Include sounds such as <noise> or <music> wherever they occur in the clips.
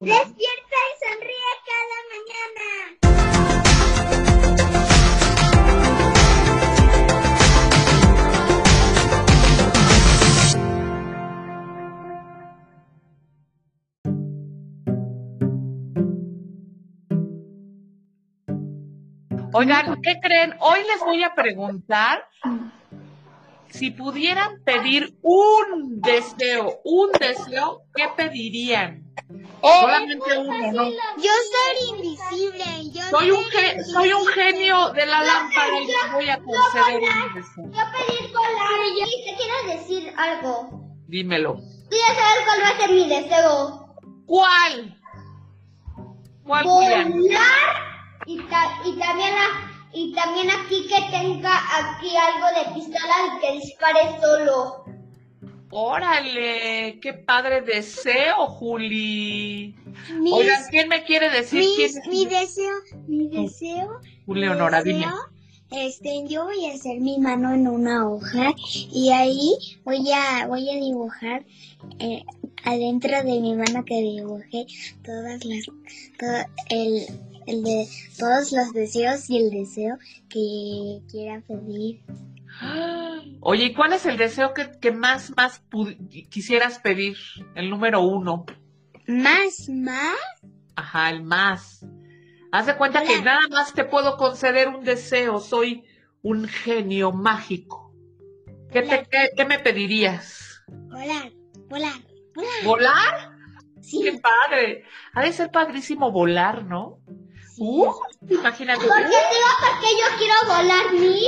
Despierta y sonríe cada mañana. Oigan, ¿qué creen? Hoy les voy a preguntar si pudieran pedir un deseo, un deseo, ¿qué pedirían? Solamente uno, ¿no? Yo soy invisible. Yo Soy un, ge- soy un genio de la lámpara y les voy a conceder un deseo. Yo pedir colar. Yo te quiero decir algo. Dímelo. Tú ya sabes cuál va a ser mi deseo. ¿Cuál? ¿Cuál, Julián? Volar. Y, ta- y también a- y también aquí que tenga aquí algo de pistola y que dispare solo. Órale, qué padre deseo, Juli. Mi, Oigan, ¿quién me quiere decir quién es mi deseo, mi deseo Leonora? Dime. deseo, Este, yo voy a hacer mi mano en una hoja y ahí voy a, voy a dibujar eh, adentro de mi mano que dibujé todas las, todo el, el de todos los deseos y el deseo que quiera pedir. ¡Ah! Oye, ¿y cuál es el deseo que, que más, más pu- quisieras pedir? El número uno. Más, más. Ajá, el más. Haz de cuenta que Hola. nada más te puedo conceder un deseo. Soy un genio mágico. ¿Qué, te- qué- qué me pedirías? Volar, volar, volar. ¿Volar? Sí. ¡Qué padre! Ha de ser padrísimo volar, ¿no? ¡Uh! Imagínate. digo por qué yo quiero volar, mi?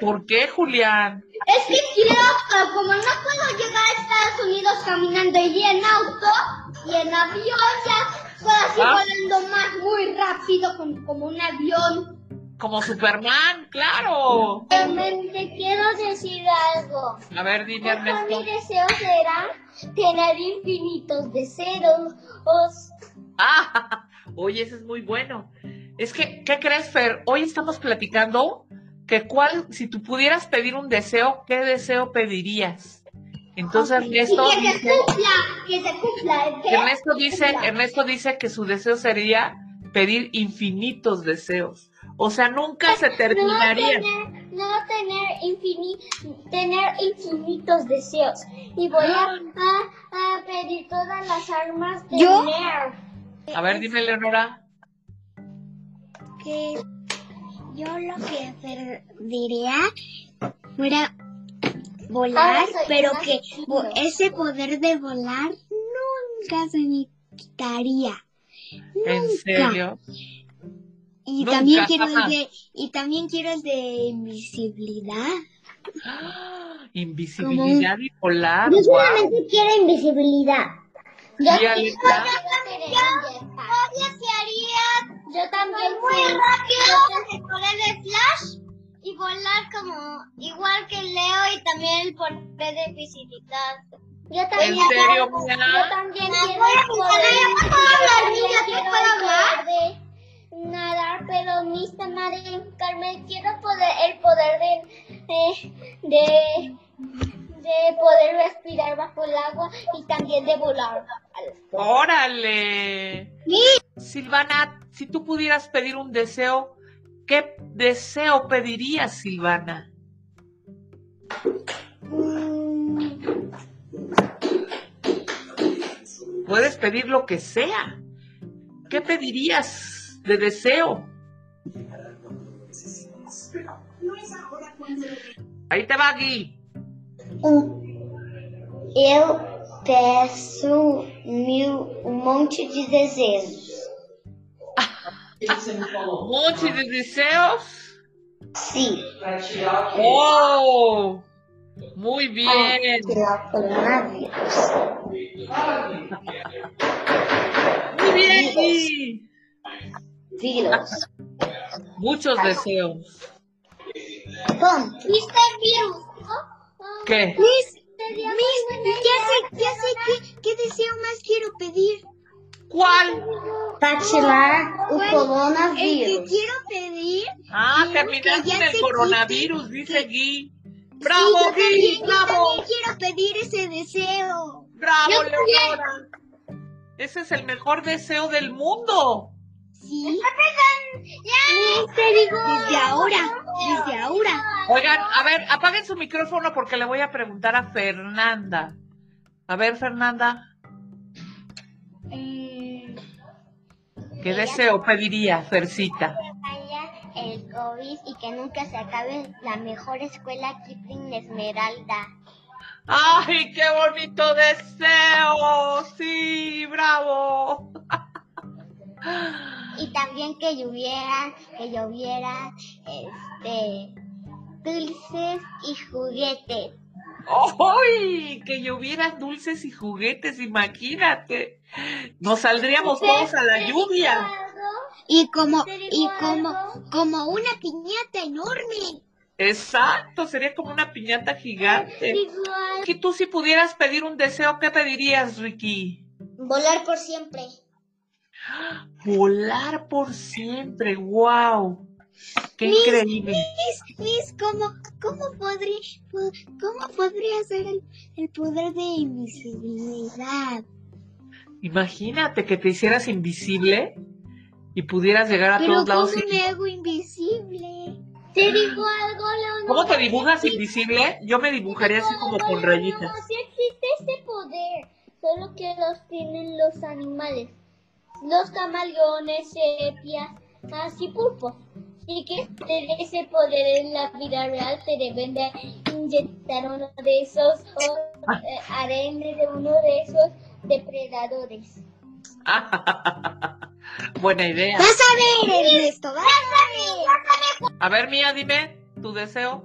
¿Por qué, Julián? Es que quiero, eh, como no puedo llegar a Estados Unidos caminando y en auto y en avión, ya puedo así Ah. volando más muy rápido con- como un avión. Como Superman, claro. Realmente quiero decir algo. A ver, dime, mi Ernesto. deseo será tener infinitos deseos. Ah, oye, ese es muy bueno. Es que, ¿qué crees, Fer? Hoy estamos platicando que cuál, si tú pudieras pedir un deseo, ¿qué deseo pedirías? Entonces Ernesto y que dice, se cumpla, que se cumpla. ¿eh? Ernesto dice, Ernesto dice que su deseo sería pedir infinitos deseos. O sea, nunca se terminarían. no tener, infini- tener infinitos deseos. Y voy a, a- a pedir todas las armas de ¿Yo? Nair. A ver, dime, Leonora. que yo lo que perdería fuera Ahora volar, soy pero más que vo- chido. ese poder de volar nunca se me quitaría. ¿En serio? Y Nunca, también quiero jamás. el de y también quiero el de invisibilidad. ¡Ah! Invisibilidad y volar. Yo ¡guau! solamente quiero invisibilidad. Yo, Sí, Alexa. Yo también muy rápido con el flash y volar como igual que Leo y también el poder de visibilidad. Yo ¿En serio, Mira? también quiero poder. quiero poder de nadar, pero mis madre Carmen quiero poder el poder de eh, de, de poder respirar bajo el agua y también de volar. ¡Órale! Silvana, si tú pudieras pedir un deseo, ¿qué deseo pedirías, Silvana? Puedes pedir lo que sea. ¿Qué pedirías de deseo? Ahí te va, Gui. Eu peço mil, um monte de desejos. Muchos de deseos. Sim. ¡Wow! Oh, Muy bien. Pela coronavírus. Muy bien, Gui. Vírus. Muchos deseos. Bom. Mr. Vírus. ¿Qué? Miss, Miss, ya sé, ya sé qué, qué deseo más quiero pedir. ¿Cuál? Pra tirar o Bueno, El que coronavírus. quiero pedir Ah, Sí, terminaste que ya en el se coronavirus, dice Gui. Sí, yo ¡Bravo, Gui! también, yo ¡Bravo! también quiero pedir ese deseo. ¡Bravo, Yo también. Leonora! Ese es el mejor deseo del mundo. Sí, Mis, te digo. desde ahora, desde ahora. Oigan, a ver, apaguen su micrófono porque le voy a preguntar a Fernanda. A ver, Fernanda, ¿qué deseo pediría, Fercita? vaya el COVID y que nunca se acabe la mejor escuela Kipling Esmeralda. ¡Ay, qué bonito deseo! ¡Sí, bravo! Y también que lloviera, que lloviera, este, dulces y juguetes. ¡Ay! Que llovieran dulces y juguetes, imagínate. Nos saldríamos todos a la lluvia. Y como, y como, como una piñata enorme. Exacto, sería como una piñata gigante. Igual. Y tú si pudieras pedir un deseo, ¿qué pedirías, Ricky? Volar por siempre. Volar por siempre, wow. Qué increíble. Mis, mis, ¿cómo, cómo podré, cómo podría ser el, el poder de invisibilidad? Imagínate que te hicieras invisible y pudieras llegar a Pero todos ¿cómo lados. y- me hago invisible? Te digo algo, Leonor. ¿Cómo te dibujas invisible? Yo me dibujaría así como con rayitas. Sí existe ese poder, solo que los tienen los animales. Los camaleones, sepias, así pulpos. Si quieres tener ese poder en la vida real, te deben de inyectar uno de esos o Ah. eh, arenes de uno de esos depredadores. Buena idea. Vas a ver, Ernesto, vas A ver, Mía, dime tu deseo.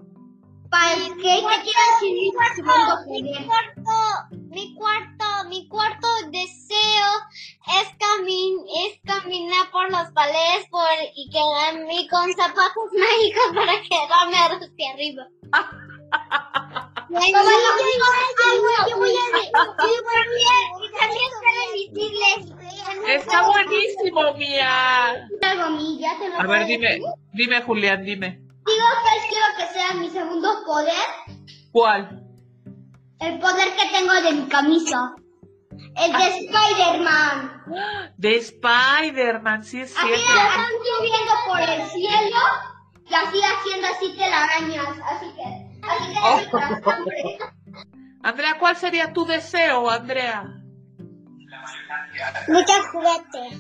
¿Para qué te quiero decir? Mi cuarto, mi cuarto, mi cuarto deseo es, camin- es caminar por los palés por, y quedarme con zapatos <laughs> mágicos para quedarme hacia arriba. Como lo digo, yo voy a y también Está buenísimo, Mía. te A ver, dime, dime, Julián, dime. Digo que quiero que sea mi segundo poder. ¿Cuál? El poder que tengo de mi camisa. El de Spider-Man. De Spider-Man, sí es A mí me cierto. están lloviendo por el cielo y así haciendo así telarañas. Así que, así que Oh. mi corazón <laughs> presta. Andrea, ¿cuál sería tu deseo, Andrea? Muchos juguetes.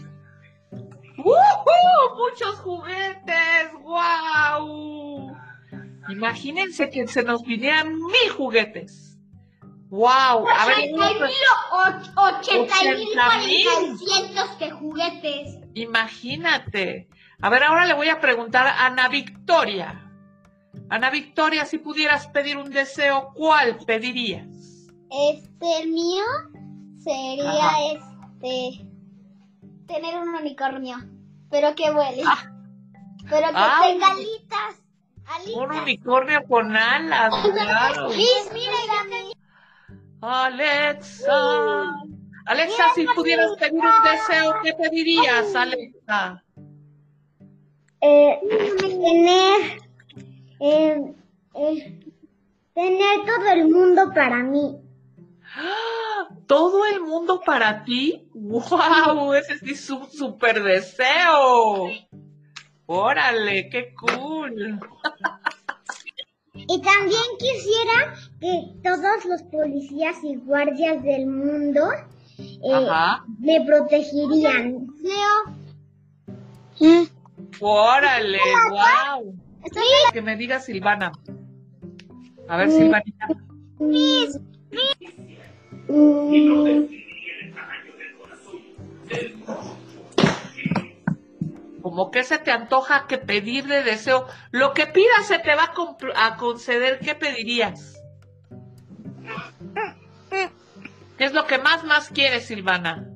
¡Ujú! ¡Muchos juguetes! ¡Wow! Imagínense que se nos vinieran mil juguetes. ¡Wow! A ver, Ochenta mil. 80.000 de juguetes. imagínate. A ver, ahora le voy a preguntar a Ana Victoria. Ana Victoria, si pudieras pedir un deseo, ¿cuál pedirías? Este, el mío sería Ajá. este. Tener un unicornio. Pero que vuele. Pero que Ah. tenga alitas. Alitas. Un unicornio con alas, claro. Liz, mira, ya te dije. Alexa. Alexa, si pudieras pedir un deseo, ¿qué pedirías, Alexa? Eh, tener, eh, eh, tener todo el mundo para mí. ¡Ah! ¿Todo el mundo para ti? ¡Wow! Ese sí es un super deseo. Órale, qué cool. Y también quisiera que todos los policías y guardias del mundo eh, Ajá. me protegerían. Leo, Órale, wow. Que me diga Silvana. A ver, Silvanita. mm, Como que se te antoja que pedir de deseo. Lo que pidas se te va a, compl- a conceder. ¿Qué pedirías? ¿Qué es lo que más, más quieres, Silvana?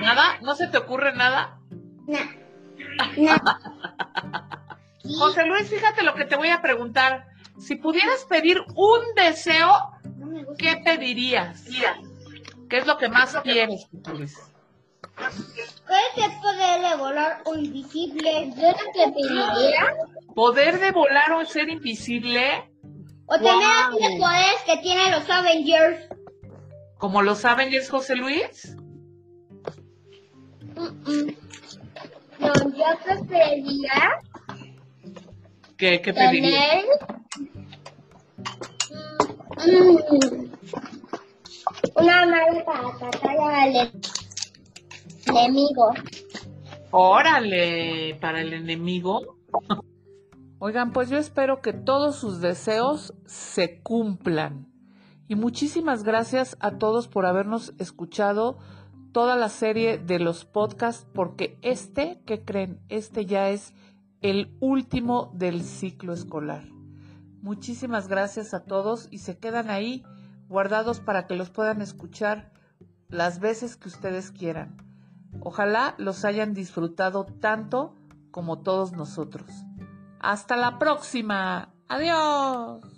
¿Nada? ¿No se te ocurre nada? <laughs> José Luis, fíjate lo que te voy a preguntar. Si pudieras pedir un deseo, ¿qué pedirías? ¿Qué es lo que más quieres, José Luis? ¿Puedes poderle volar o invisible? Yo lo que pediría. ¿Poder de volar o ser invisible? O tener Guau. los poderes que tienen los Avengers. ¿Como los Avengers, José Luis? No, yo preferiría ¿Qué, qué pedirías? tener. mm, Una mano para atacar al enemigo. Órale, para el enemigo. Oigan, pues yo espero que todos sus deseos se cumplan. Y muchísimas gracias a todos por habernos escuchado toda la serie de los podcasts, porque este, ¿qué creen? Este ya es el último del ciclo escolar. Muchísimas gracias a todos y se quedan ahí guardados para que los puedan escuchar las veces que ustedes quieran. Ojalá los hayan disfrutado tanto como todos nosotros. Hasta la próxima. Adiós.